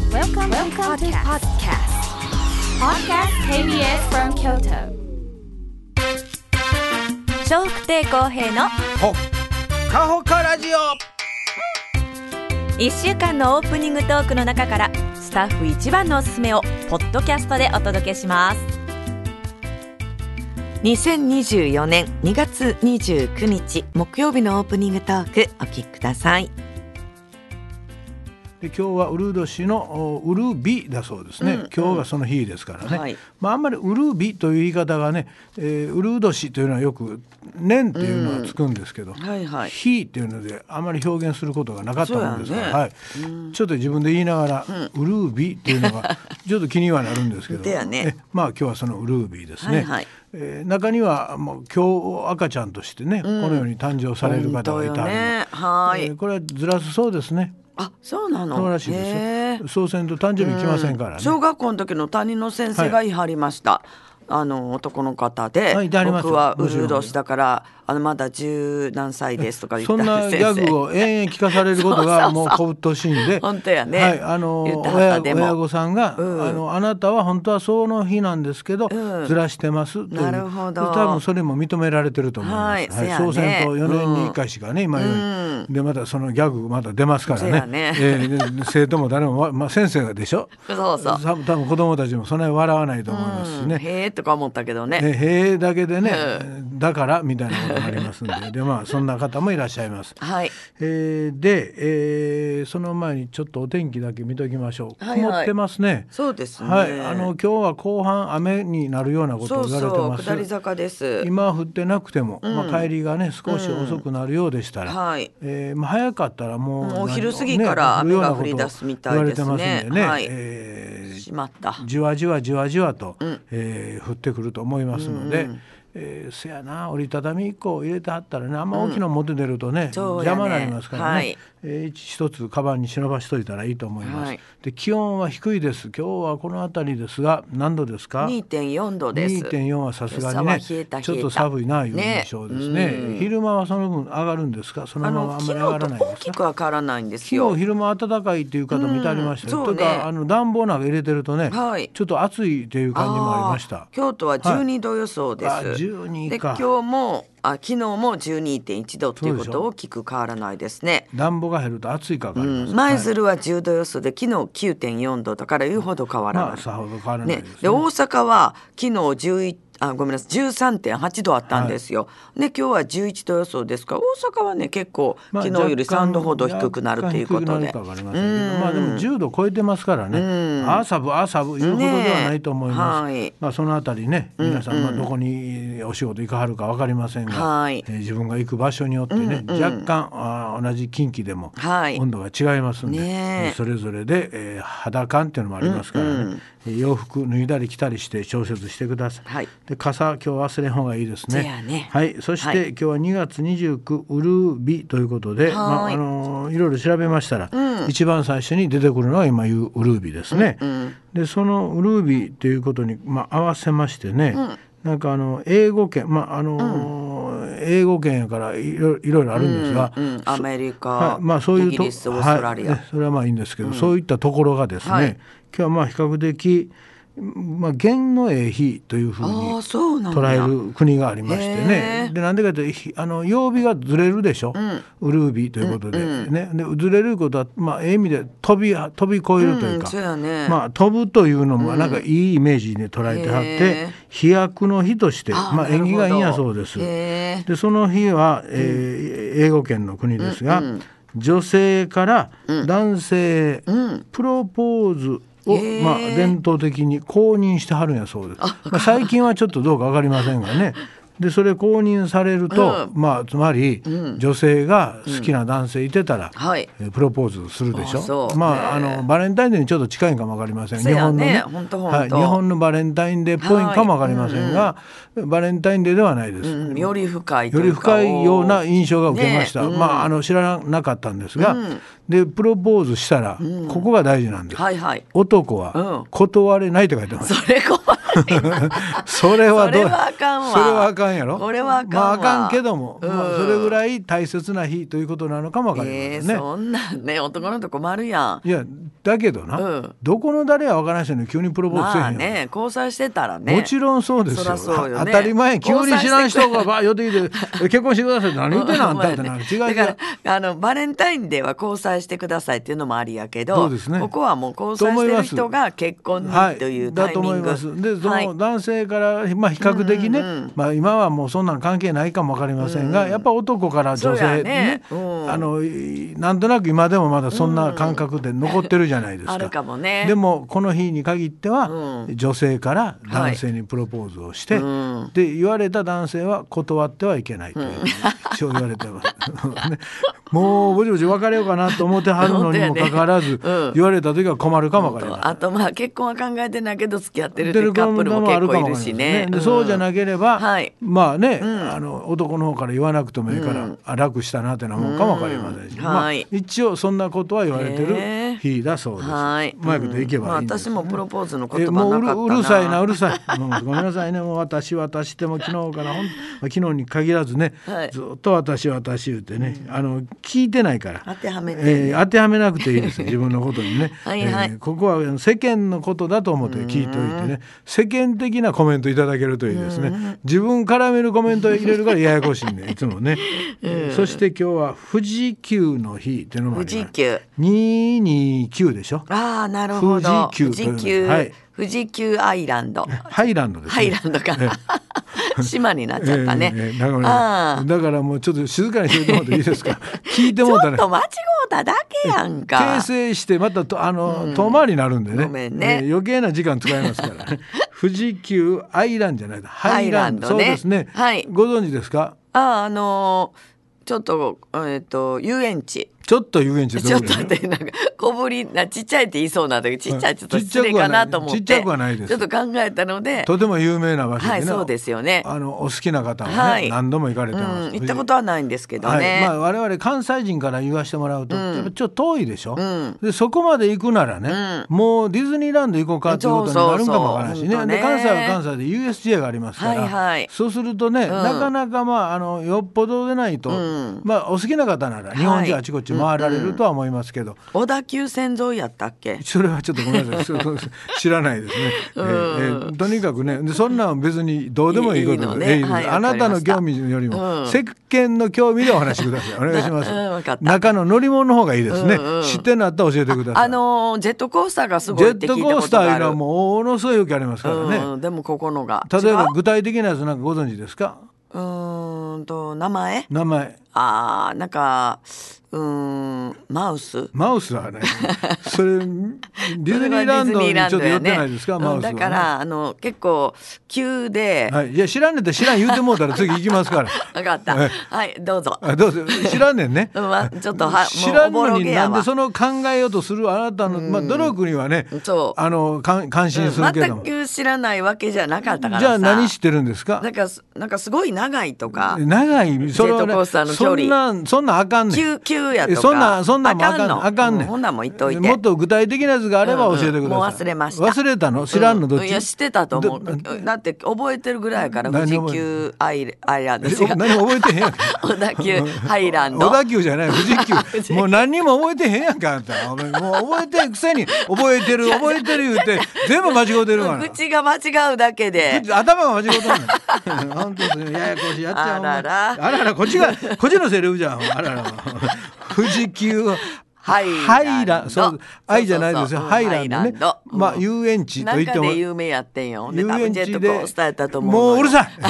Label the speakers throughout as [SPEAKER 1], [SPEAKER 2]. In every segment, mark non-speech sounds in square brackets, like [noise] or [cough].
[SPEAKER 1] Welcome, to
[SPEAKER 2] Welcome to
[SPEAKER 1] podcast.
[SPEAKER 2] Podcast KBS from Kyoto.
[SPEAKER 1] 笑福亭公平の
[SPEAKER 3] ほっかほかラジオ
[SPEAKER 1] 1週間のオープニングトークの中からスタッフ一番のおすすめをポッドキャストでお届けします
[SPEAKER 4] 2024年2月29日木曜日のオープニングトークお聞きください
[SPEAKER 3] で今日はウルード氏のおウルービだそうですね、今日がその日ですからね、
[SPEAKER 4] はい
[SPEAKER 3] まああんまりウルービという言い方がね、えーウルード氏というのはよく年っていうのはつくんですけど、
[SPEAKER 4] はいはい
[SPEAKER 3] 日っていうのであまり表現することがなかったもんですから、
[SPEAKER 4] そうやね
[SPEAKER 3] はい、ちょっと自分で言いながら、ウルービっていうの
[SPEAKER 4] [laughs]
[SPEAKER 3] がちょっと気にはなるんですけど
[SPEAKER 4] だよね
[SPEAKER 3] えまあ今日はそのウルービです
[SPEAKER 4] は
[SPEAKER 3] ね、
[SPEAKER 4] いはい
[SPEAKER 3] えー中にはもう今日赤ちゃんとしてね、このように誕生される方がいたりも
[SPEAKER 4] 本当よねはい
[SPEAKER 3] えーこれはずらすそうですね
[SPEAKER 4] あそうなの
[SPEAKER 3] そうらしいです
[SPEAKER 4] へ
[SPEAKER 3] よ。そうせんと誕生日来ませんから
[SPEAKER 4] え
[SPEAKER 3] ね。
[SPEAKER 4] 小学校の時の担任の先生が言い張りました、あの男の方で、
[SPEAKER 3] はいでありますよ
[SPEAKER 4] 僕はウ
[SPEAKER 3] もちろん
[SPEAKER 4] ルド氏だからあのまだ十何歳ですとか言っ
[SPEAKER 3] そん
[SPEAKER 4] た
[SPEAKER 3] なギ
[SPEAKER 4] 先生
[SPEAKER 3] ャグを延々聞かされる
[SPEAKER 4] [laughs]
[SPEAKER 3] ことがもう小ぶとしいんで
[SPEAKER 4] 本当やね
[SPEAKER 3] はい、あの
[SPEAKER 4] 言ってはった
[SPEAKER 3] 親
[SPEAKER 4] でも
[SPEAKER 3] 親御さんが、
[SPEAKER 4] うん
[SPEAKER 3] あの「あなたは本当はその日なんですけど、
[SPEAKER 4] うん
[SPEAKER 3] ずらしてます」という
[SPEAKER 4] なるほど
[SPEAKER 3] 多分それも認められてると思います。
[SPEAKER 4] はいせやね
[SPEAKER 3] そうせんと4年に1回しかね、今より、
[SPEAKER 4] う
[SPEAKER 3] でまたそのギャグまた出ますから
[SPEAKER 4] せやね
[SPEAKER 3] ねえーで生徒も誰も、まあ、先生がでしょ
[SPEAKER 4] そうそう
[SPEAKER 3] 多分多分子供たちもそんなに笑わないと思いますしね。
[SPEAKER 4] うんへえとか思ったけどね
[SPEAKER 3] ね、へえだけでね、
[SPEAKER 4] う
[SPEAKER 3] だからみたいなこともありますんででまあそんな方もいらっしゃ
[SPEAKER 4] [laughs]
[SPEAKER 3] います。
[SPEAKER 4] はい
[SPEAKER 3] えーで、えーその前にちょっとお天気だけ見ときましょう。
[SPEAKER 4] はいはい
[SPEAKER 3] 曇ってますね。
[SPEAKER 4] そうですね
[SPEAKER 3] はい、あの今日は後半雨になるようなこと
[SPEAKER 4] そ
[SPEAKER 3] を
[SPEAKER 4] う
[SPEAKER 3] 言われて
[SPEAKER 4] そ
[SPEAKER 3] ま
[SPEAKER 4] う
[SPEAKER 3] す。
[SPEAKER 4] 下り坂です
[SPEAKER 3] 今は降ってなくても、まあ帰りがね少し遅くなるようでしたら、
[SPEAKER 4] はい
[SPEAKER 3] えーまあ早かったらもう、
[SPEAKER 4] うん
[SPEAKER 3] 何
[SPEAKER 4] お昼過ぎから
[SPEAKER 3] ね
[SPEAKER 4] 雨が降り出すみたいですね
[SPEAKER 3] 言われてますんでね、
[SPEAKER 4] はい
[SPEAKER 3] えー
[SPEAKER 4] しまった
[SPEAKER 3] じわじわじわじわと、えー降ってくると思いますので、えーせやな折りたたみ以降入れてはったらねあんま大きなの持って出るとね、
[SPEAKER 4] そうやね
[SPEAKER 3] 邪魔になりますからね、
[SPEAKER 4] はい
[SPEAKER 3] えー一一つカバンに忍ばしといたらいいと思います。
[SPEAKER 4] はい
[SPEAKER 3] で気温は低いです今日はこの辺りですが何度ですか
[SPEAKER 4] 2.4度です
[SPEAKER 3] 2.4はさすが
[SPEAKER 4] 今
[SPEAKER 3] に
[SPEAKER 4] 朝は
[SPEAKER 3] ね
[SPEAKER 4] 冷えた冷えた
[SPEAKER 3] ちょっと寒いないう印象ですね
[SPEAKER 4] うん
[SPEAKER 3] 昼間はその分上がるんですかその
[SPEAKER 4] あ
[SPEAKER 3] ま
[SPEAKER 4] の
[SPEAKER 3] まあんま
[SPEAKER 4] 昨
[SPEAKER 3] り
[SPEAKER 4] 日
[SPEAKER 3] 上がら
[SPEAKER 4] と
[SPEAKER 3] ないん
[SPEAKER 4] 大
[SPEAKER 3] です
[SPEAKER 4] き
[SPEAKER 3] か
[SPEAKER 4] くは変わらないんです
[SPEAKER 3] 昨
[SPEAKER 4] よ
[SPEAKER 3] 日。昼間暖かいっていう方見てありましたよ、
[SPEAKER 4] うんそうね
[SPEAKER 3] とかあの暖房なんか入れてるとね、
[SPEAKER 4] はい
[SPEAKER 3] ちょっと暑いっていう感じもありました
[SPEAKER 4] あー京都は12度予想です。
[SPEAKER 3] あ12
[SPEAKER 4] で
[SPEAKER 3] か
[SPEAKER 4] 今日もあ昨日も12.1度っていうこと大きく変わらないですね。
[SPEAKER 3] 暖房が減ると暑いかかります、
[SPEAKER 4] 舞鶴は10度予想で昨日9.4度だから言うほど変わら
[SPEAKER 3] ま
[SPEAKER 4] な
[SPEAKER 3] あ
[SPEAKER 4] い。
[SPEAKER 3] さほど変わらない
[SPEAKER 4] ね
[SPEAKER 3] です、
[SPEAKER 4] で
[SPEAKER 3] ね
[SPEAKER 4] 大阪は昨日11あごめんなさい13.8度あったんですよ。ね今日は11度予想ですから大阪はね結構
[SPEAKER 3] まあ
[SPEAKER 4] 昨日より
[SPEAKER 3] 若干
[SPEAKER 4] 3度ほど低くなるということで。
[SPEAKER 3] 若干低くなるかわかりませんけどまあでも10度超えてますからね、あーサブあーサブいうほどではないと思います、
[SPEAKER 4] ねえはい
[SPEAKER 3] まあそのあたりね皆さん、まあ、どこにお仕事行かはるかわかりませんが、
[SPEAKER 4] はい
[SPEAKER 3] えー自分が行く場所によってね、若干あー同じ近畿でも
[SPEAKER 4] はい
[SPEAKER 3] 温度が違いますんで、
[SPEAKER 4] ねえ
[SPEAKER 3] えーそれぞれで、えー肌感っていうのもありますからね、えー洋服脱いだり着たりして調節してください、
[SPEAKER 4] はい
[SPEAKER 3] で傘今日忘れん方がいいです
[SPEAKER 4] せや
[SPEAKER 3] ね
[SPEAKER 4] ね
[SPEAKER 3] はいそし
[SPEAKER 4] はい
[SPEAKER 3] て今日は2月29ウルービということで、まあ、
[SPEAKER 4] はい
[SPEAKER 3] あのーいろいろ調べましたら、一番最初に出てくるのは今言うウルービですね。でそのウルービということに、まあ、合わせましてね、なんかあの英語圏、まああのー英語圏やからいろいろいろあるんですが、
[SPEAKER 4] うん、アメリカ、
[SPEAKER 3] はい、まあそういう
[SPEAKER 4] イ
[SPEAKER 3] と
[SPEAKER 4] ギリスオーストラリア、
[SPEAKER 3] はい、それはまあいいんですけど、そういったところがですね、
[SPEAKER 4] はい
[SPEAKER 3] 今日はまあ比較的、まあ、弦のええ日というふうに
[SPEAKER 4] ああそうなんだ
[SPEAKER 3] 捉える国がありまして
[SPEAKER 4] へ
[SPEAKER 3] ね
[SPEAKER 4] ー
[SPEAKER 3] でなんでかというとひあの曜日がずれるでしょ、ウルービーということで,、ね、でずれることは、まあ、ええ意味で飛び飛び越えるという
[SPEAKER 4] うん
[SPEAKER 3] か、
[SPEAKER 4] そうやね
[SPEAKER 3] まあ、飛ぶというのもなんかいいイメージで捉えてはっ
[SPEAKER 4] へ
[SPEAKER 3] て
[SPEAKER 4] ー
[SPEAKER 3] 飛躍の日として
[SPEAKER 4] あー
[SPEAKER 3] まあ、
[SPEAKER 4] なるほ
[SPEAKER 3] 縁
[SPEAKER 4] ど
[SPEAKER 3] 起がいいんやそうです。
[SPEAKER 4] へー
[SPEAKER 3] でその日は、えー英語圏の国ですが、女性から男性へプロポーズを、
[SPEAKER 4] へー
[SPEAKER 3] まあ、伝統的に公認してはるんやそうです。まあ、最近はちょっとどうか分かりませんが
[SPEAKER 4] [laughs]
[SPEAKER 3] ね。でそれ公認されると、まあ、つまり、女性が好きな男性いてたら、
[SPEAKER 4] はい
[SPEAKER 3] えープロポーズするでし
[SPEAKER 4] あそ
[SPEAKER 3] ょ
[SPEAKER 4] う
[SPEAKER 3] まああ
[SPEAKER 4] ね
[SPEAKER 3] のバレンタインデーにちょっと近いんかも分かりません、
[SPEAKER 4] そう
[SPEAKER 3] 日
[SPEAKER 4] や
[SPEAKER 3] 本の
[SPEAKER 4] ね
[SPEAKER 3] ね
[SPEAKER 4] ほんとほんと
[SPEAKER 3] はい、日本のバレンタインデーっぽいんかも分かりませんが、バレンタインデーではないです。
[SPEAKER 4] うんより深いと
[SPEAKER 3] よ
[SPEAKER 4] い
[SPEAKER 3] り
[SPEAKER 4] うか
[SPEAKER 3] 深いような印象が受けました、
[SPEAKER 4] ねうん
[SPEAKER 3] まああの知らなかったんですが、でプロポーズしたら、ここが大事なんです、
[SPEAKER 4] はいはい
[SPEAKER 3] 男
[SPEAKER 4] うん
[SPEAKER 3] は断れないって書いてます、
[SPEAKER 4] それ怖い
[SPEAKER 3] [laughs] それはどう
[SPEAKER 4] それはあかんわ
[SPEAKER 3] それはあかんやろ
[SPEAKER 4] これはあかんわ
[SPEAKER 3] まあ、あかんけども、
[SPEAKER 4] うん
[SPEAKER 3] まあそれぐらい大切な日ということなのかもわかりま
[SPEAKER 4] え
[SPEAKER 3] せ
[SPEAKER 4] え
[SPEAKER 3] んね、
[SPEAKER 4] そんなんね男のと困るやん。
[SPEAKER 3] いやだけどな、
[SPEAKER 4] うん
[SPEAKER 3] どこの誰はわからない人に急にプロポーズせえへん
[SPEAKER 4] ま
[SPEAKER 3] や
[SPEAKER 4] あ
[SPEAKER 3] ん、
[SPEAKER 4] ね交際してたらね。
[SPEAKER 3] もちろんそうです
[SPEAKER 4] そ
[SPEAKER 3] よ
[SPEAKER 4] らそうよね
[SPEAKER 3] 当たり前急に知らん人がばあ寄っ
[SPEAKER 4] [laughs]
[SPEAKER 3] てきてえ「結婚してください」って何言ってんのあんたってなる違う
[SPEAKER 4] だ
[SPEAKER 3] 違
[SPEAKER 4] か
[SPEAKER 3] う。
[SPEAKER 4] らあのバレンタインデーは交際してくださいっていうのもありやけ
[SPEAKER 3] そ
[SPEAKER 4] ど、
[SPEAKER 3] うですね
[SPEAKER 4] ここはもう交際してる人が結婚にというタイミング、
[SPEAKER 3] だと思います。で、そ
[SPEAKER 4] はい
[SPEAKER 3] の男性から、まあ、比較的ね、まあ、今はもうそんなん関係ないかもわかりませんが、やっぱ男から女
[SPEAKER 4] そうやね
[SPEAKER 3] 性ね
[SPEAKER 4] うん
[SPEAKER 3] あの、いなんとなく今でもまだそんな感覚で残ってるじゃないですか。
[SPEAKER 4] あるかもね
[SPEAKER 3] でも、この日に限っては、
[SPEAKER 4] う
[SPEAKER 3] 女性から男性にプロポーズをして、
[SPEAKER 4] うん
[SPEAKER 3] で、言われた男性は断ってはいけないという、一応言われてます。 [laughs] ねもう、ぼちぼち別れようかなと思ってはるのにもかかわら
[SPEAKER 4] 本
[SPEAKER 3] ず、
[SPEAKER 4] 当やねうん
[SPEAKER 3] 言われた時は困るかもわかりません。
[SPEAKER 4] あとまあ結婚は考えてないけど付き合ってるっていうカップルも
[SPEAKER 3] 出
[SPEAKER 4] 結
[SPEAKER 3] る子
[SPEAKER 4] 構
[SPEAKER 3] も
[SPEAKER 4] いるしね
[SPEAKER 3] あるかもわかりませんでそうじゃなければ、
[SPEAKER 4] うんはい
[SPEAKER 3] まあね、あの男の方から言わなくてもいいから、あ楽したなってなもんかもわかりませんし、
[SPEAKER 4] うん
[SPEAKER 3] まあ、
[SPEAKER 4] はい
[SPEAKER 3] 一応そんなことは言われて
[SPEAKER 4] へえ
[SPEAKER 3] る日だそうです。
[SPEAKER 4] はいう
[SPEAKER 3] まいこといけばいいん
[SPEAKER 4] まあ
[SPEAKER 3] です
[SPEAKER 4] 私
[SPEAKER 3] よね、
[SPEAKER 4] もプロポーズの言
[SPEAKER 3] え
[SPEAKER 4] 葉
[SPEAKER 3] もう
[SPEAKER 4] な
[SPEAKER 3] う
[SPEAKER 4] かったな
[SPEAKER 3] るうるさいなうるさいもうごめんなさいねもう私私ってもう昨日からほん昨日に限らずね、
[SPEAKER 4] はい
[SPEAKER 3] ずっと私私言ってね、あの聞いてないから
[SPEAKER 4] 当てはめて
[SPEAKER 3] えー当てはめなくていい
[SPEAKER 4] [laughs]
[SPEAKER 3] ですよ自分のことにね
[SPEAKER 4] はいはい
[SPEAKER 3] えーここはあの世間のことだと思って聞いておいてね世間的なコメントいただけるといいですね自分から見るコメントを入れるからややこしいんでいつ
[SPEAKER 4] [laughs]
[SPEAKER 3] もね、えーそして今日は富士急の日っていうのもあ
[SPEAKER 4] 富
[SPEAKER 3] り
[SPEAKER 4] 士
[SPEAKER 3] ます
[SPEAKER 4] 急
[SPEAKER 3] 229でしょ
[SPEAKER 4] ああなるほど
[SPEAKER 3] 富
[SPEAKER 4] 富
[SPEAKER 3] 士急
[SPEAKER 4] 士急、
[SPEAKER 3] はい
[SPEAKER 4] 富士急アイラ
[SPEAKER 3] [laughs]
[SPEAKER 4] ンド
[SPEAKER 3] ハイランドです
[SPEAKER 4] ハイランド
[SPEAKER 3] [laughs]
[SPEAKER 4] か、島になっちゃったね、
[SPEAKER 3] ええええだから
[SPEAKER 4] あ
[SPEAKER 3] だからもうちょっと静かにしておいてもらっていいですか聞いて
[SPEAKER 4] あち
[SPEAKER 3] も
[SPEAKER 4] ょ
[SPEAKER 3] らった
[SPEAKER 4] っ
[SPEAKER 3] ね
[SPEAKER 4] と間違うただけやんか
[SPEAKER 3] 訂正してまたとあの、遠回りになるんでね
[SPEAKER 4] ごめんね
[SPEAKER 3] えー余計な時間使いま
[SPEAKER 4] [laughs]
[SPEAKER 3] すからね富士急アイランドじゃないハイランド
[SPEAKER 4] ハイランドね
[SPEAKER 3] そうですね、
[SPEAKER 4] はい
[SPEAKER 3] ご存知ですか
[SPEAKER 4] あああのーちょっとえっ、と遊園地
[SPEAKER 3] ちょっと遊園地
[SPEAKER 4] ちょっ
[SPEAKER 3] ど
[SPEAKER 4] と
[SPEAKER 3] こです
[SPEAKER 4] 待っ
[SPEAKER 3] か
[SPEAKER 4] てなんか小ぶりなちっちゃいって言いそうな時ちっちゃ
[SPEAKER 3] はいい
[SPEAKER 4] ちょっと失礼かなと思って
[SPEAKER 3] ちっちゃくはないです
[SPEAKER 4] ちょっと考えたので
[SPEAKER 3] とても有名な場所でね、
[SPEAKER 4] はいそうですよね
[SPEAKER 3] あのお好きな方はね、
[SPEAKER 4] はい
[SPEAKER 3] 何度も行かれてます、
[SPEAKER 4] うん、行ったことはないんですけど
[SPEAKER 3] はい
[SPEAKER 4] ね、
[SPEAKER 3] まあ、我々関西人から言わしてもらうと、やっぱちょっと遠いでしょ、
[SPEAKER 4] ん
[SPEAKER 3] でそこまで行くならね、もうディズニーランド行こうかっていうことになるんかもわからないしね
[SPEAKER 4] そうそうそう本
[SPEAKER 3] で
[SPEAKER 4] 当
[SPEAKER 3] 関
[SPEAKER 4] ね
[SPEAKER 3] 西は関西で USJ がありますから、
[SPEAKER 4] はいはい
[SPEAKER 3] そうするとね、なかなか、まあ、あのよっぽどでないと、
[SPEAKER 4] ん
[SPEAKER 3] まあ、お好きな方なら日本中あちこち回られるとは思いますけど、
[SPEAKER 4] 小田急線沿いやったっけ
[SPEAKER 3] それはちょっとごめんなさい
[SPEAKER 4] [laughs]
[SPEAKER 3] そうそうそう知らないですね、えーえーとにかくねでそんなん別にどうでもいいことで
[SPEAKER 4] いいいいのね
[SPEAKER 3] です
[SPEAKER 4] はい
[SPEAKER 3] あなた
[SPEAKER 4] わかりま
[SPEAKER 3] の
[SPEAKER 4] した
[SPEAKER 3] 興味よりも、
[SPEAKER 4] うん
[SPEAKER 3] 世間の興味でお話しくださいお願いしま
[SPEAKER 4] [laughs] うんわかった
[SPEAKER 3] す中の乗り物の方がいいですね、
[SPEAKER 4] うんうん
[SPEAKER 3] 知ってんのあったら教えてください
[SPEAKER 4] あのージェットコースターがすご
[SPEAKER 3] ジ
[SPEAKER 4] い
[SPEAKER 3] ェ
[SPEAKER 4] っ
[SPEAKER 3] ッ
[SPEAKER 4] て聞
[SPEAKER 3] ト
[SPEAKER 4] い
[SPEAKER 3] コ
[SPEAKER 4] た
[SPEAKER 3] ー
[SPEAKER 4] こ
[SPEAKER 3] スタ
[SPEAKER 4] と
[SPEAKER 3] ーい
[SPEAKER 4] があ
[SPEAKER 3] う
[SPEAKER 4] る
[SPEAKER 3] のはもうものすごい勇気ありますからね、
[SPEAKER 4] うん、でもここのが
[SPEAKER 3] 例え
[SPEAKER 4] 違
[SPEAKER 3] ば
[SPEAKER 4] う
[SPEAKER 3] 具体的なやつなんかご存知ですか
[SPEAKER 4] うーんと名前
[SPEAKER 3] 名前
[SPEAKER 4] あーなんかうーんマウス
[SPEAKER 3] マウスは
[SPEAKER 4] [laughs]
[SPEAKER 3] ねそれディズニーランドにちょっと寄ってないですか、
[SPEAKER 4] うん
[SPEAKER 3] マウスは、ね、
[SPEAKER 4] だからあの結構急で、
[SPEAKER 3] はい、いや知らんねんって知らん言うてもうたら次行きま
[SPEAKER 4] [laughs]
[SPEAKER 3] すから
[SPEAKER 4] 分かった
[SPEAKER 3] はい
[SPEAKER 4] はいどうぞ
[SPEAKER 3] あどうぞ知らんねんね
[SPEAKER 4] うんわちょっとは
[SPEAKER 3] 知らん
[SPEAKER 4] もうおぼ
[SPEAKER 3] の
[SPEAKER 4] ろ
[SPEAKER 3] に
[SPEAKER 4] げ
[SPEAKER 3] な
[SPEAKER 4] や
[SPEAKER 3] んで
[SPEAKER 4] わ
[SPEAKER 3] その考えようとするあなたの、まあ、努力にはね
[SPEAKER 4] そう
[SPEAKER 3] あの感感心するけども、
[SPEAKER 4] 全く知らないわけじゃなかったからさ
[SPEAKER 3] じゃあ何知ってるんですか
[SPEAKER 4] なんかすなんかすごい長いとか
[SPEAKER 3] 長いそれは
[SPEAKER 4] ジェットコースターの距離
[SPEAKER 3] そんなんそんなんあかんねん
[SPEAKER 4] 急急やと
[SPEAKER 3] え
[SPEAKER 4] か
[SPEAKER 3] そんなんそんなんもあかん
[SPEAKER 4] の
[SPEAKER 3] あかんね
[SPEAKER 4] うほんなんも言っといて
[SPEAKER 3] もっと具体的なやつがあれば教えてください、
[SPEAKER 4] うんうんもう忘れました
[SPEAKER 3] 忘れたの知らんのどっ
[SPEAKER 4] う
[SPEAKER 3] ち、
[SPEAKER 4] いや知ってたと思う
[SPEAKER 3] ど
[SPEAKER 4] だって覚えてるぐらいやから富
[SPEAKER 3] 何
[SPEAKER 4] 士
[SPEAKER 3] 覚え
[SPEAKER 4] 急アイアイランド
[SPEAKER 3] え
[SPEAKER 4] 違う
[SPEAKER 3] 何も覚えて
[SPEAKER 4] [laughs]
[SPEAKER 3] へんやん
[SPEAKER 4] 小田急ハイランド
[SPEAKER 3] 小田急じゃない富
[SPEAKER 4] [laughs]
[SPEAKER 3] 士急もう何にも覚えてへんやんかあんたお前もう覚えてるくせに覚え
[SPEAKER 4] [laughs]
[SPEAKER 3] てる覚えてる言うて全部間違うてるから
[SPEAKER 4] 口が間違うだけで
[SPEAKER 3] 口頭が間違うとん [laughs] ねん本当ですよややこしいやっちゃう
[SPEAKER 4] あらら
[SPEAKER 3] ほんまあららこっちがこっちのセリフじゃんあらら富士急
[SPEAKER 4] ハイ
[SPEAKER 3] ハイ
[SPEAKER 4] ラン
[SPEAKER 3] ラ
[SPEAKER 4] ド
[SPEAKER 3] ンそう愛じゃないですよ
[SPEAKER 4] そうそう
[SPEAKER 3] ハイランド
[SPEAKER 4] うん
[SPEAKER 3] ね
[SPEAKER 4] ハイランド
[SPEAKER 3] まあ
[SPEAKER 4] うん
[SPEAKER 3] 遊園地と言っ
[SPEAKER 4] 中
[SPEAKER 3] ても
[SPEAKER 4] で有名やってんよで
[SPEAKER 3] 遊
[SPEAKER 4] 多分
[SPEAKER 3] 園
[SPEAKER 4] ジェッ
[SPEAKER 3] 地
[SPEAKER 4] ト
[SPEAKER 3] で
[SPEAKER 4] コースターやったと思うの
[SPEAKER 3] もううる
[SPEAKER 4] い
[SPEAKER 3] さい [laughs]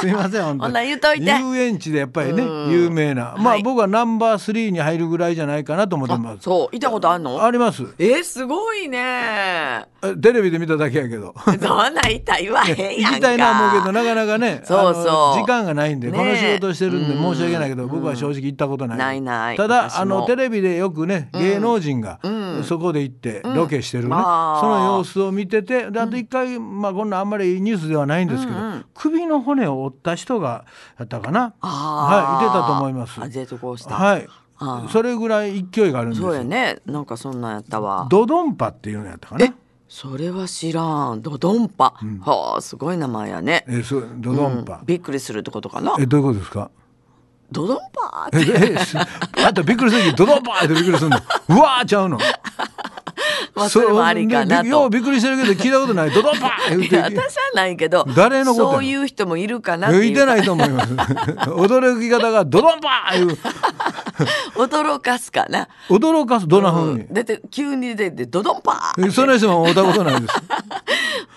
[SPEAKER 3] すいません本当
[SPEAKER 4] ほんなん言うといて
[SPEAKER 3] 遊園地でやっぱりね
[SPEAKER 4] うん
[SPEAKER 3] 有名なま
[SPEAKER 4] は
[SPEAKER 3] あ
[SPEAKER 4] い
[SPEAKER 3] 僕はナンバースリーに入るぐらいじゃないかなと思ってます
[SPEAKER 4] そういたことあんの
[SPEAKER 3] あります
[SPEAKER 4] えすごいね
[SPEAKER 3] えテレビで見ただけやけど
[SPEAKER 4] そんなんいた言わへんやんか
[SPEAKER 3] 行きたいな思うけどなかなかね
[SPEAKER 4] そうそう
[SPEAKER 3] あの時間がないんで、
[SPEAKER 4] ねえ
[SPEAKER 3] この仕事してるんで
[SPEAKER 4] うん
[SPEAKER 3] 申し訳ないけど、僕は正直行ったことない
[SPEAKER 4] ないない
[SPEAKER 3] た
[SPEAKER 4] 私
[SPEAKER 3] だ
[SPEAKER 4] も
[SPEAKER 3] あのテレビでよくね芸能人が、そこで行ってロケしてるね、
[SPEAKER 4] あー
[SPEAKER 3] その様子を見ててであと一回、まあ、こんなあんまりいいニュースではないんですけど、首の骨を折った人がやったかな
[SPEAKER 4] あ
[SPEAKER 3] はい
[SPEAKER 4] ー
[SPEAKER 3] いてたと思います
[SPEAKER 4] あジェットコースター
[SPEAKER 3] はい
[SPEAKER 4] あー
[SPEAKER 3] それぐらい勢いがあるんです
[SPEAKER 4] そうや
[SPEAKER 3] よ
[SPEAKER 4] ねなんかそんなんやったわ
[SPEAKER 3] ドドンパっていうのやったかな
[SPEAKER 4] それは知らん。ドドンパ。はあ、すごい名前やね。
[SPEAKER 3] えそうドドンパ、
[SPEAKER 4] びっくりするってことかな
[SPEAKER 3] え。どういうことですか
[SPEAKER 4] ドドンパ
[SPEAKER 3] え
[SPEAKER 4] ーって。
[SPEAKER 3] えすあとびっくりする時ドドンパーってびっくりするのうわーちゃうの
[SPEAKER 4] まあ、それもありかな
[SPEAKER 3] そうでよう
[SPEAKER 4] と。
[SPEAKER 3] びっくりしてるけど聞いたことないドドンパー
[SPEAKER 4] いや私はないけど
[SPEAKER 3] 誰のことやの
[SPEAKER 4] そういう人もいるかなって
[SPEAKER 3] 言
[SPEAKER 4] い
[SPEAKER 3] いうてないと思います
[SPEAKER 4] [laughs]
[SPEAKER 3] 驚き方がドドンパーいう
[SPEAKER 4] 驚かすかな
[SPEAKER 3] 驚かすどんなふうに、
[SPEAKER 4] だって急に出てドドンパー
[SPEAKER 3] えその人も会ったことないです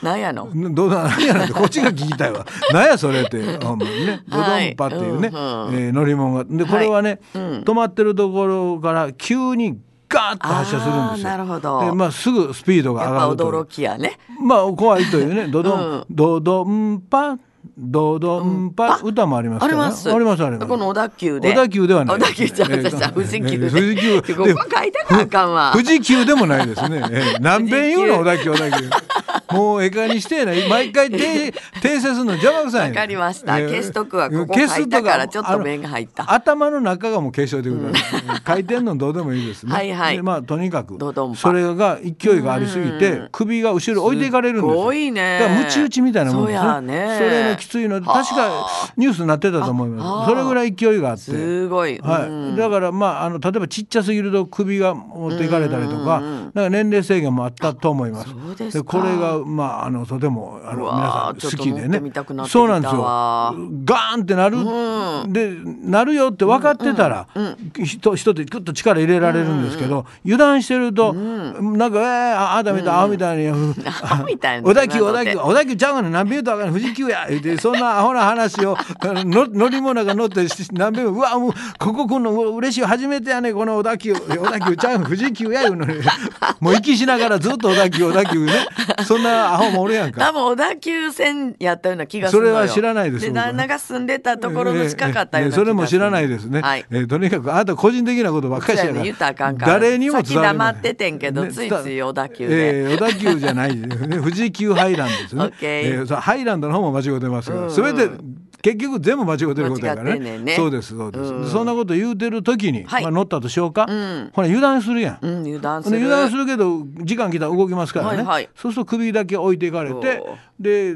[SPEAKER 4] なんやの
[SPEAKER 3] んどうだ何やなんてこっちが聞きたいわ何やそれってほんまにねドド
[SPEAKER 4] はい
[SPEAKER 3] ンパっていうね、
[SPEAKER 4] うんうん
[SPEAKER 3] えー乗り物がでこれはね、止まってるところから急にガーッと発車するんですよ
[SPEAKER 4] あーなるほど
[SPEAKER 3] でまあ、すぐスピードが
[SPEAKER 4] や
[SPEAKER 3] 上
[SPEAKER 4] っぱ
[SPEAKER 3] がるという
[SPEAKER 4] 驚きやね
[SPEAKER 3] まあ怖いというねドドン、
[SPEAKER 4] うん
[SPEAKER 3] ドドンパドドンパ歌もあります
[SPEAKER 4] あ
[SPEAKER 3] か
[SPEAKER 4] り
[SPEAKER 3] ら、ね、
[SPEAKER 4] ます
[SPEAKER 3] ありますあります
[SPEAKER 4] この小田急で
[SPEAKER 3] 小田急ではない
[SPEAKER 4] 小田急じゃん私は
[SPEAKER 3] えー
[SPEAKER 4] 富士急
[SPEAKER 3] え
[SPEAKER 4] で
[SPEAKER 3] ー富士急で
[SPEAKER 4] ここ書いたかあかんわ
[SPEAKER 3] 富士急でもないで
[SPEAKER 4] [laughs]
[SPEAKER 3] すね。ええ何遍言うの小田急小田急。もうええかにしてえない。毎回訂訂正するの邪魔くさいね。
[SPEAKER 4] わかりました
[SPEAKER 3] ええ
[SPEAKER 4] 消しとくわここ
[SPEAKER 3] 消す
[SPEAKER 4] 書い
[SPEAKER 3] とか
[SPEAKER 4] たからちょっと面が入った
[SPEAKER 3] あの頭の中がもう化粧でございます。書いてんのどうでもいいですね。
[SPEAKER 4] はいはい
[SPEAKER 3] でまあとにかく
[SPEAKER 4] ドドンパ
[SPEAKER 3] それが勢いがありすぎて首が後ろに置いていかれるんです
[SPEAKER 4] す
[SPEAKER 3] よ。
[SPEAKER 4] ごいね
[SPEAKER 3] だからムチ打ちみたいなもんです
[SPEAKER 4] そうやね
[SPEAKER 3] それのきついので確かニュースになってたと思い
[SPEAKER 4] あ
[SPEAKER 3] ま
[SPEAKER 4] は
[SPEAKER 3] す。それぐらい勢いがあって。
[SPEAKER 4] すごい、
[SPEAKER 3] はい、
[SPEAKER 4] うん
[SPEAKER 3] だからまああの例えばちっちゃすぎると首が持っていかれたりとか,、なんか年齢制限もあったと思います。
[SPEAKER 4] そうですか
[SPEAKER 3] これがまああのとてもあの
[SPEAKER 4] うわー
[SPEAKER 3] 皆さん好
[SPEAKER 4] ちょっと
[SPEAKER 3] きで
[SPEAKER 4] 乗って
[SPEAKER 3] ね
[SPEAKER 4] みたくなってきた
[SPEAKER 3] そ
[SPEAKER 4] わ
[SPEAKER 3] うなんですよガーンってなる、でなるよって分かってたら、人人ってグッと力入れられるんですけど、油断してると、なんか「えー、ああだめだ、あみた
[SPEAKER 4] [laughs]
[SPEAKER 3] いに
[SPEAKER 4] アホみたいな
[SPEAKER 3] 小田急小
[SPEAKER 4] なん
[SPEAKER 3] 田
[SPEAKER 4] て
[SPEAKER 3] 急小田急ちゃうがな何秒とあかん富士急や」言うてそんなアホな話をあのの乗り物が乗ってし何秒もうわもうこここのう嬉しい初めてやねこの小田急小田急ちゃうん富士急や言うのにもう息しながらずっと小田急小田急ねそんなアホもおるやん
[SPEAKER 4] 多
[SPEAKER 3] か。
[SPEAKER 4] 分小田急線やったような気がするのよ
[SPEAKER 3] それは知らないです
[SPEAKER 4] で
[SPEAKER 3] 僕は
[SPEAKER 4] 旦那が住んでたところの近かったような気がする、
[SPEAKER 3] ええええそれも知らないですね、
[SPEAKER 4] はい
[SPEAKER 3] ええとにかくあなた個人的なことばっかりし
[SPEAKER 4] [laughs]
[SPEAKER 3] や
[SPEAKER 4] そうやね言うたらあかんから
[SPEAKER 3] 誰にも伝わらない
[SPEAKER 4] 先黙っててんけどついつい小田急で
[SPEAKER 3] ええ小田急じゃない、ね、
[SPEAKER 4] [laughs]
[SPEAKER 3] 富士急ハイランドですね
[SPEAKER 4] オッケー
[SPEAKER 3] ええそうハイランドの方も間違ってますから、
[SPEAKER 4] うん
[SPEAKER 3] すべて結局全部間違ってることやから
[SPEAKER 4] 間違ってんねんね
[SPEAKER 3] そうですそうです、
[SPEAKER 4] うん
[SPEAKER 3] そんなこと言うてる時に、
[SPEAKER 4] はい
[SPEAKER 3] まあ、乗ったとしようか、
[SPEAKER 4] ん
[SPEAKER 3] ほら油断するやん、
[SPEAKER 4] うん油断す
[SPEAKER 3] で
[SPEAKER 4] る
[SPEAKER 3] 油断するけど時間来たら動きますからね、
[SPEAKER 4] はいはい
[SPEAKER 3] そうすると首だけ置いていかれてで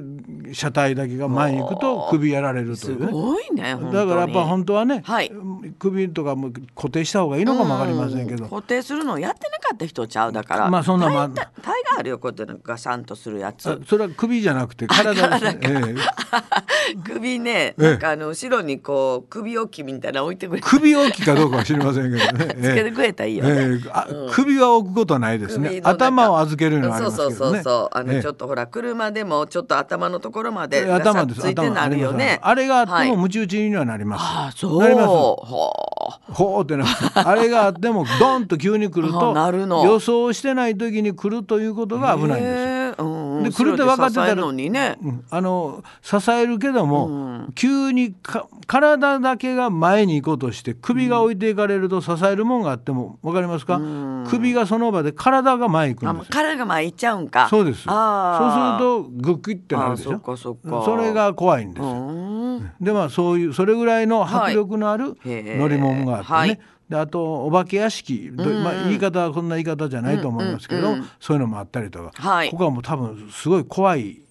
[SPEAKER 3] 車体だけが前に行くと首やられるとい
[SPEAKER 4] す
[SPEAKER 3] うね。
[SPEAKER 4] ごいね本当に
[SPEAKER 3] だからやっぱ本当はね、
[SPEAKER 4] はい
[SPEAKER 3] 首とかも固定した方がいいのかもわかりませんけ
[SPEAKER 4] う
[SPEAKER 3] ど、
[SPEAKER 4] 固定するのやってなかった人ちゃうだから
[SPEAKER 3] まあそんなもん
[SPEAKER 4] 大体大概あるよこうやってなんかガシャンとするや
[SPEAKER 3] あ
[SPEAKER 4] つ
[SPEAKER 3] それは首じゃなくて体ですね。ええ
[SPEAKER 4] 首ね
[SPEAKER 3] ええ
[SPEAKER 4] なんかあの後ろにこう首置きみたいなの置いてくれ
[SPEAKER 3] 首置きかどうかは知りませんけ
[SPEAKER 4] [laughs]
[SPEAKER 3] どね。
[SPEAKER 4] つけ
[SPEAKER 3] え
[SPEAKER 4] てくれたらいい
[SPEAKER 3] え
[SPEAKER 4] よね、
[SPEAKER 3] ええあ首は置くことはないです
[SPEAKER 4] 首
[SPEAKER 3] ね。
[SPEAKER 4] の中
[SPEAKER 3] 頭を預けるのはありますけどね。
[SPEAKER 4] そうそうそうそうあの、
[SPEAKER 3] ええ
[SPEAKER 4] ちょっとほら車でもちょっと頭のところまでガシ
[SPEAKER 3] 頭
[SPEAKER 4] ャン
[SPEAKER 3] です
[SPEAKER 4] ついてなるよね
[SPEAKER 3] 頭ありますあれがあっても
[SPEAKER 4] はい
[SPEAKER 3] ムチ打ちにはなります、
[SPEAKER 4] ああそう
[SPEAKER 3] なります
[SPEAKER 4] はあ
[SPEAKER 3] ほうってなるあれがあってもドンと急に来る
[SPEAKER 4] あ
[SPEAKER 3] と
[SPEAKER 4] なるの
[SPEAKER 3] 予想してない時に来るということが危ないんですよ
[SPEAKER 4] へえうんうん
[SPEAKER 3] で来るって分かってた
[SPEAKER 4] 後ろで支
[SPEAKER 3] ら
[SPEAKER 4] えるのにね
[SPEAKER 3] うんあの支えるけども、急にか体だけが前に行こうとして首が置いていかれると支えるもんがあっても分かりますか、首がその場で体が前に行く
[SPEAKER 4] あ
[SPEAKER 3] ん
[SPEAKER 4] も
[SPEAKER 3] で
[SPEAKER 4] う
[SPEAKER 3] すよ。
[SPEAKER 4] 彼が前行っちゃうんか
[SPEAKER 3] そうです
[SPEAKER 4] ああ
[SPEAKER 3] そうするとグッキってなるでし
[SPEAKER 4] あーそ
[SPEAKER 3] ょ
[SPEAKER 4] っかそっか
[SPEAKER 3] それが怖いんですよ、
[SPEAKER 4] うん
[SPEAKER 3] でまあそういうそれぐらいの迫力のある
[SPEAKER 4] へえ
[SPEAKER 3] 乗り物があってね、
[SPEAKER 4] はい
[SPEAKER 3] であとお化け屋敷、どまあ、言い方はこんな言い方じゃないと思いますけど、そういうのもあったりとか、
[SPEAKER 4] はい
[SPEAKER 3] ここはもう多分すごい怖い。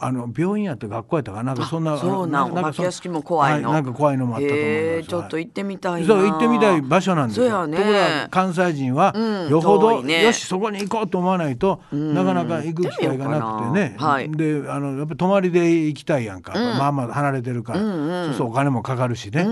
[SPEAKER 3] あの病院やったか学校やったかなんかそんな
[SPEAKER 4] そうなん
[SPEAKER 3] か
[SPEAKER 4] お化け屋敷も怖いの
[SPEAKER 3] はなんか怖いのもあったと思います、
[SPEAKER 4] へえちょっと行ってみたいな
[SPEAKER 3] そう行ってみたい場所なんですよ。
[SPEAKER 4] そうやね
[SPEAKER 3] ところが関西人は
[SPEAKER 4] うん
[SPEAKER 3] よほど、
[SPEAKER 4] 遠いね
[SPEAKER 3] よしそこに行こうと思わないと、なかなか行く機会がなくてね。
[SPEAKER 4] 行っ
[SPEAKER 3] であのやっぱり泊まりで行きたいやんか、まあまあ離れてるから、そうするとお金もかかるしね、そ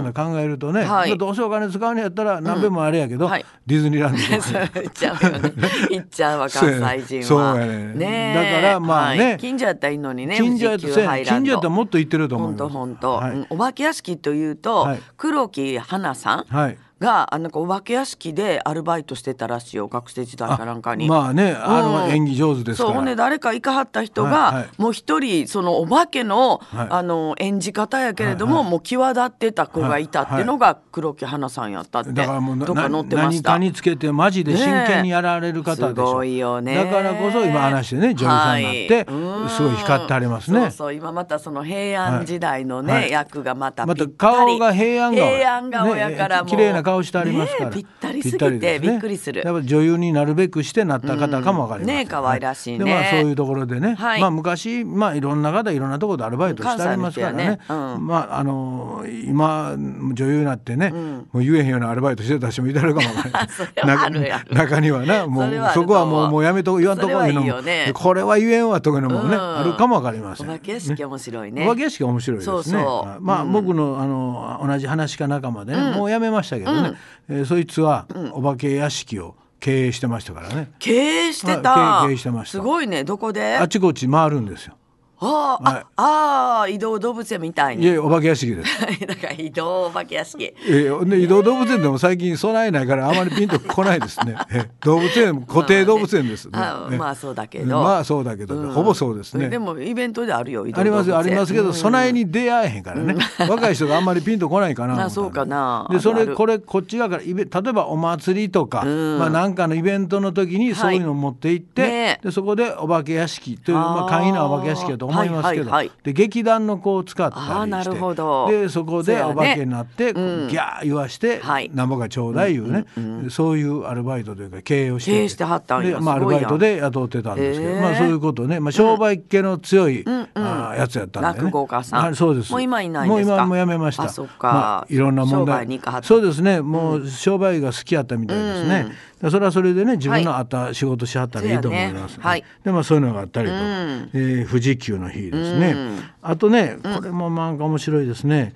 [SPEAKER 3] んな考えるとね、
[SPEAKER 4] はい
[SPEAKER 3] まあどうせお金使うのやったら何べんもあれやけど、
[SPEAKER 4] はい
[SPEAKER 3] ディズニーランド
[SPEAKER 4] [laughs]
[SPEAKER 3] とか
[SPEAKER 4] [laughs] そう行っちゃうよね行っちゃうわ関西人
[SPEAKER 3] そう
[SPEAKER 4] は
[SPEAKER 3] やね
[SPEAKER 4] ねえ
[SPEAKER 3] だからまあね
[SPEAKER 4] はい近所やったらいいのにね
[SPEAKER 3] 近所やった
[SPEAKER 4] 富士急ハイランド
[SPEAKER 3] 近所やったらもっと行ってると思い
[SPEAKER 4] 本
[SPEAKER 3] ます。
[SPEAKER 4] 当本当
[SPEAKER 3] はい、
[SPEAKER 4] お化け屋敷というと、
[SPEAKER 3] はい
[SPEAKER 4] 黒木花さん
[SPEAKER 3] はい
[SPEAKER 4] があなんかお化け屋敷でアルバイトしてたらしいよ学生時代かなんかに。
[SPEAKER 3] まあねあ
[SPEAKER 4] う
[SPEAKER 3] の、
[SPEAKER 4] ん
[SPEAKER 3] 演技上手ですから。
[SPEAKER 4] そうほんで誰か行かはった人が、
[SPEAKER 3] はいはい
[SPEAKER 4] もう一人そのお化けの,、
[SPEAKER 3] はい
[SPEAKER 4] あの演じ方やけれども、
[SPEAKER 3] はいは
[SPEAKER 4] もう際立ってた子がいたってのが黒木花さんやったって、
[SPEAKER 3] だからもうな
[SPEAKER 4] どっか載ってまし
[SPEAKER 3] 何か
[SPEAKER 4] た。
[SPEAKER 3] につけてマジで真剣にやられる方でし
[SPEAKER 4] ねえす
[SPEAKER 3] ょ、
[SPEAKER 4] ごいよね
[SPEAKER 3] だからこそ今話でね女優さんになって、
[SPEAKER 4] はい
[SPEAKER 3] すごい光ってありますね
[SPEAKER 4] そうそう今またその平安時代のね、
[SPEAKER 3] はい
[SPEAKER 4] 役がまた
[SPEAKER 3] ま
[SPEAKER 4] ぴったたり
[SPEAKER 3] 顔が平安顔
[SPEAKER 4] 平安顔やからもう、
[SPEAKER 3] ね綺麗な顔してありますから、
[SPEAKER 4] ねえぴったりすぎて
[SPEAKER 3] ですね
[SPEAKER 4] びっくりする
[SPEAKER 3] やっぱ女優になるべくしてなった方かもわかります、
[SPEAKER 4] うんねえ可愛らしいね
[SPEAKER 3] でまあそういうところでね、
[SPEAKER 4] はい
[SPEAKER 3] まあ昔まあいろんな方いろんなところでアルバイトしてありますからね
[SPEAKER 4] 関西の人やねうん
[SPEAKER 3] まああの今女優になってね、もう言えへんようなアルバイトしてた人もいたるかもわかり
[SPEAKER 4] [laughs]
[SPEAKER 3] ま
[SPEAKER 4] それ
[SPEAKER 3] せん
[SPEAKER 4] はあるやろ
[SPEAKER 3] な中にはなも
[SPEAKER 4] それ
[SPEAKER 3] う
[SPEAKER 4] はあ
[SPEAKER 3] そ
[SPEAKER 4] ると思う
[SPEAKER 3] こはもうもうやめとこ言わんとこ
[SPEAKER 4] それはいい
[SPEAKER 3] のも
[SPEAKER 4] よね
[SPEAKER 3] これは言えんわというのもね、
[SPEAKER 4] うん
[SPEAKER 3] あるかもわかりませ
[SPEAKER 4] お
[SPEAKER 3] ん。
[SPEAKER 4] 化け屋敷面白いね
[SPEAKER 3] お化け屋敷面白いですね
[SPEAKER 4] そうそう
[SPEAKER 3] はいまあ、僕のあの同じ話か仲間でね、もうやめましたけどね、えーそいつはお化け屋敷を経営してましたからね、
[SPEAKER 4] 経営してた、
[SPEAKER 3] はい経営経営してまし
[SPEAKER 4] す
[SPEAKER 3] た
[SPEAKER 4] ごいねどこであ
[SPEAKER 3] あちこち回るんですよ
[SPEAKER 4] あ,、
[SPEAKER 3] はい
[SPEAKER 4] ああ移動動物園みたい
[SPEAKER 3] い
[SPEAKER 4] に
[SPEAKER 3] やいやお化け屋敷です、
[SPEAKER 4] だから [laughs] 移動お化け屋敷
[SPEAKER 3] えーで移動動物園でも最近備えないからあまりピンとこないですねえー動物
[SPEAKER 4] [laughs]
[SPEAKER 3] 園固定動物園ですね
[SPEAKER 4] まあねあ
[SPEAKER 3] えー
[SPEAKER 4] まあそうだけど
[SPEAKER 3] まあそうだけど、
[SPEAKER 4] うん
[SPEAKER 3] ほぼそうですね
[SPEAKER 4] でもイベントであるよ移動
[SPEAKER 3] あります
[SPEAKER 4] 動
[SPEAKER 3] よ
[SPEAKER 4] 物園
[SPEAKER 3] ありますけど、
[SPEAKER 4] うん
[SPEAKER 3] 備えに出会えへんからね、 [laughs] 若い人があんまりピンとこな
[SPEAKER 4] [laughs]
[SPEAKER 3] いか
[SPEAKER 4] あ
[SPEAKER 3] な思たの
[SPEAKER 4] そうかな
[SPEAKER 3] でそ
[SPEAKER 4] あ
[SPEAKER 3] れ
[SPEAKER 4] るある
[SPEAKER 3] これこっち側からイベ例えばお祭りとか、まあ、なんかのイベントの時にそういうのを持って行って、
[SPEAKER 4] はいね
[SPEAKER 3] でそこでお化け屋敷という
[SPEAKER 4] あー
[SPEAKER 3] まあ、簡易なお化け屋敷だと思いますけ
[SPEAKER 4] はいは
[SPEAKER 3] ど、
[SPEAKER 4] いはい
[SPEAKER 3] で劇団の子を使ったりして
[SPEAKER 4] あーなるほど
[SPEAKER 3] でそこで
[SPEAKER 4] そうやね
[SPEAKER 3] お化けになって、ギャー言わして、
[SPEAKER 4] はい
[SPEAKER 3] なんぼかちょうだいいうね、そういうアルバイトというか経営をして
[SPEAKER 4] 経営してはったんや
[SPEAKER 3] でまあ、ア
[SPEAKER 4] す
[SPEAKER 3] ル
[SPEAKER 4] ごいや
[SPEAKER 3] バ
[SPEAKER 4] ん
[SPEAKER 3] イトで雇ってたんですけど、
[SPEAKER 4] へー
[SPEAKER 3] まあ、そういうことね、まあ、商売系の強い、あーやつやったんで、ね、
[SPEAKER 4] 落語家さん
[SPEAKER 3] あそうです
[SPEAKER 4] もう今いないんですか
[SPEAKER 3] もう今もやめました
[SPEAKER 4] あそっか
[SPEAKER 3] まあ、いろんな問
[SPEAKER 4] 商
[SPEAKER 3] 題
[SPEAKER 4] 売に行かはった
[SPEAKER 3] そうですねもう商売が好きやったみたいですね、でそれはそれでね自分のあった仕事しはったらいいと思います、
[SPEAKER 4] そうやねはい
[SPEAKER 3] でまあそういうのがあったりとか、
[SPEAKER 4] うん
[SPEAKER 3] えー富士急の日ですね、
[SPEAKER 4] うん
[SPEAKER 3] あとねこれもなんか面白いですね、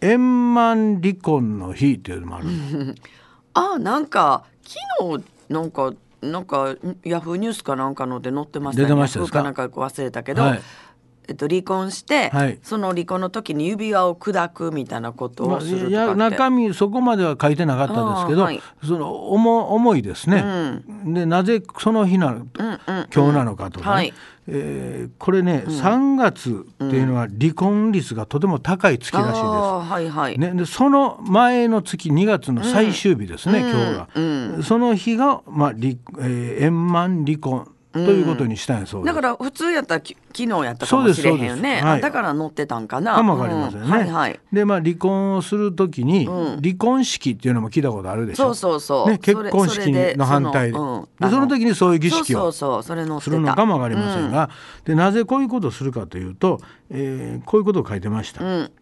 [SPEAKER 3] 円満離婚の日っていうのもあるんです、
[SPEAKER 4] あなんか昨日なんかなんかヤフーニュースかなんかので載ってましたよ
[SPEAKER 3] 出てましたですか
[SPEAKER 4] ヤフーかなんか忘れたけど、
[SPEAKER 3] はい
[SPEAKER 4] えっと、離婚して、
[SPEAKER 3] はい
[SPEAKER 4] その離婚の時に指輪を砕くみたいなこと
[SPEAKER 3] ま
[SPEAKER 4] を
[SPEAKER 3] あ
[SPEAKER 4] するとかっ
[SPEAKER 3] い
[SPEAKER 4] て、
[SPEAKER 3] や中身そこまでは書いてなかったんですけど、
[SPEAKER 4] あーはい
[SPEAKER 3] その重重いですね、でなぜその日なの、今日なのかとか、ね
[SPEAKER 4] はい
[SPEAKER 3] えーこれね、3月っていうのは離婚率がとても高い月らしいです。
[SPEAKER 4] あーはいはい、
[SPEAKER 3] ね、でその前の月2月の最終日ですね、今日が、その日が、まあ離えー円満離婚ということにしたんやそうで
[SPEAKER 4] だ
[SPEAKER 3] す。
[SPEAKER 4] から普通やったらき昨日やったかもしれへんよ
[SPEAKER 3] そうですそうで
[SPEAKER 4] ね、
[SPEAKER 3] すはい
[SPEAKER 4] あだから乗ってたんかな
[SPEAKER 3] かもわかりませんね。
[SPEAKER 4] うんはいはい
[SPEAKER 3] でまあ離婚をするときに、離婚式っていうのも聞いたことあるでしょ。
[SPEAKER 4] そうそうそう、
[SPEAKER 3] ね、結婚式の反対でそでその時にそういう儀式
[SPEAKER 4] そう
[SPEAKER 3] を
[SPEAKER 4] そうそうそれ乗って
[SPEAKER 3] す
[SPEAKER 4] た
[SPEAKER 3] るのかもわかりませんが、でなぜこういうことをするかというと、えーこういうことを書いてました、
[SPEAKER 4] ん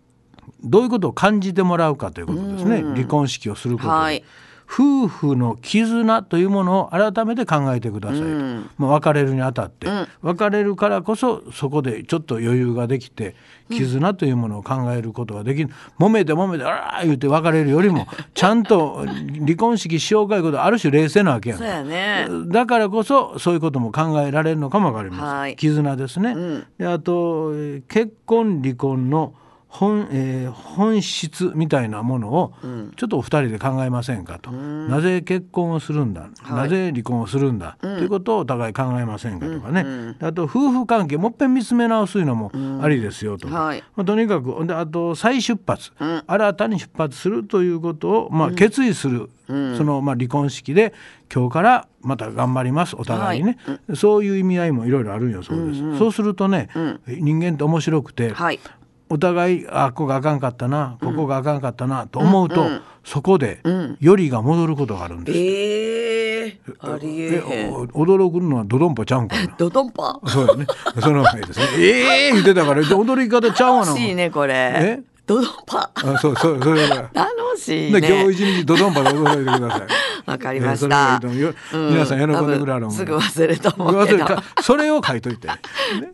[SPEAKER 3] どういうことを感じてもらうかということですね、離婚式をすることで、
[SPEAKER 4] はい
[SPEAKER 3] 夫婦の絆というものを改めて考えてくださいと、まあ、別れるにあたって、別れるからこそそこでちょっと余裕ができて絆というものを考えることができる、揉めて揉めてあらー言って別れるよりもちゃんと離婚式しようかいうことある種冷静なわけやん
[SPEAKER 4] そ
[SPEAKER 3] か
[SPEAKER 4] うやね
[SPEAKER 3] だからこそそういうことも考えられるのかもわかります、
[SPEAKER 4] はい
[SPEAKER 3] 絆ですね、であとえー結婚離婚の本,、えー本質みたいなものをちょっとお二人で考えませんかと、なぜ結婚をするんだ、なぜ離婚をするんだ、ということをお互い考えませんかとかね、であと夫婦関係もっぺん見つめ直すいうのもありですよとか、
[SPEAKER 4] はい
[SPEAKER 3] まあ、とにかくほんであと再出発、新たに出発するということを、まあ、決意する、その、まあ、離婚式で今日からまた頑張りますお互いにね、そういう意味合いもいろいろあるんよそうです、そうするとね、人間って面白くて、
[SPEAKER 4] はい
[SPEAKER 3] お互いあここがあかんかったなここがあかんかったなと思うと、そこで、よりが戻ることがあるんです。
[SPEAKER 4] ええありえへ
[SPEAKER 3] え
[SPEAKER 4] ん。
[SPEAKER 3] お驚くのはドドンパちゃうんかいな
[SPEAKER 4] ドドンパ
[SPEAKER 3] そうよね。その前ですね。ええー、言ってたから、踊り方ちゃうわな。
[SPEAKER 4] 楽しいねこれ
[SPEAKER 3] え
[SPEAKER 4] ドドンパ
[SPEAKER 3] あそうそうそれだ。
[SPEAKER 4] 楽しい
[SPEAKER 3] で今
[SPEAKER 4] ね
[SPEAKER 3] 日一日ドドンパで踊いてください。
[SPEAKER 4] わかりました
[SPEAKER 3] えーそれがいいと思うよ
[SPEAKER 4] う
[SPEAKER 3] 皆さん喜んでくれ
[SPEAKER 4] 多
[SPEAKER 3] はる
[SPEAKER 4] 分
[SPEAKER 3] 思う
[SPEAKER 4] すぐ忘れると思うけ
[SPEAKER 3] 忘れ
[SPEAKER 4] ど
[SPEAKER 3] かそれを書いと
[SPEAKER 4] [laughs]
[SPEAKER 3] いて。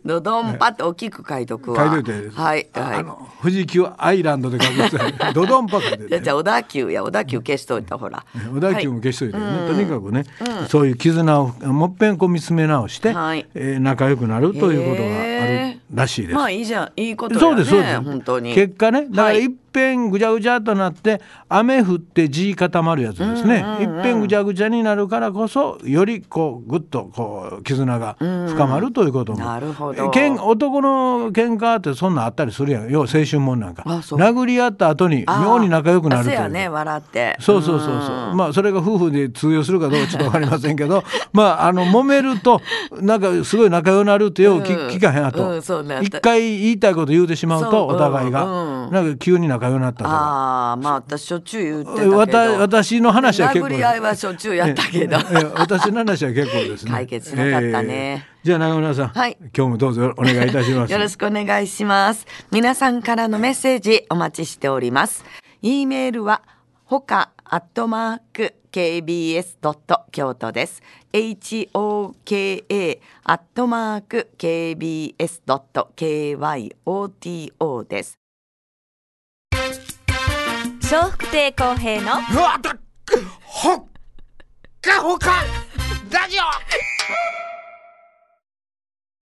[SPEAKER 4] ドドンパって大きく書いとく
[SPEAKER 3] 書い
[SPEAKER 4] わ
[SPEAKER 3] といて。
[SPEAKER 4] はい
[SPEAKER 3] あ
[SPEAKER 4] は
[SPEAKER 3] あ
[SPEAKER 4] い
[SPEAKER 3] の富士急アイランドで書くやつ。ドドンパ書いとい
[SPEAKER 4] じゃ
[SPEAKER 3] て [laughs]
[SPEAKER 4] あじ。ゃあ小田急や小田急消しといたほら
[SPEAKER 3] 小田急も消しといてね、とにかくね、そういう絆をもっぺんこう見つめ直して、
[SPEAKER 4] はい
[SPEAKER 3] えー仲良くなるということがある
[SPEAKER 4] へ
[SPEAKER 3] らしいです。
[SPEAKER 4] まあいいじゃんいいこと
[SPEAKER 3] そうですそうで
[SPEAKER 4] や
[SPEAKER 3] す
[SPEAKER 4] ね本当に
[SPEAKER 3] 結果ねだから
[SPEAKER 4] はい
[SPEAKER 3] いっぺんぐちゃぐちゃっとなって、雨降って地固まるやつですね、いっぺんぐちゃぐちゃになるからこそよりこうぐっとこう絆が深まるということも、
[SPEAKER 4] なるほど
[SPEAKER 3] えけん男の喧嘩ってそんなんあったりするやん要は青春もんなんか
[SPEAKER 4] あそう
[SPEAKER 3] 殴り合った後に
[SPEAKER 4] あー
[SPEAKER 3] 妙に仲良くなると
[SPEAKER 4] あ
[SPEAKER 3] い
[SPEAKER 4] そうやね笑って
[SPEAKER 3] そうそうそうそう。まあそれが夫婦で通用するかどうかちょっとわかりませんけど、 [laughs] まああの揉めるとなんかすごい仲良くなるってよう聞,、
[SPEAKER 4] うん
[SPEAKER 3] 聞かへんあと、
[SPEAKER 4] うんそうね
[SPEAKER 3] 一回言いたいこと言うてしまう
[SPEAKER 4] そ
[SPEAKER 3] と
[SPEAKER 4] ううん
[SPEAKER 3] お互いが、
[SPEAKER 4] う
[SPEAKER 3] なんか急に仲良くなったとか
[SPEAKER 4] ああまあ私しょっちゅう言ってた
[SPEAKER 3] わ
[SPEAKER 4] けど
[SPEAKER 3] た私の話は結構
[SPEAKER 4] 殴り合いはしょっちゅうやったけど
[SPEAKER 3] ええええ私の話は結構ですね
[SPEAKER 4] 解決しなかったね
[SPEAKER 3] ええじゃあ中村さん、
[SPEAKER 4] はい
[SPEAKER 3] 今日もどうぞお願いいたします
[SPEAKER 4] よろしくお願いします。皆さんからのメッセージお待ちしております。e メールはほかアットマーク kbs ドット京都です。h o k a アットマーク kbs ドット k y o t o です。
[SPEAKER 1] 笑福亭公平の
[SPEAKER 5] うわだっほっかほかラジオ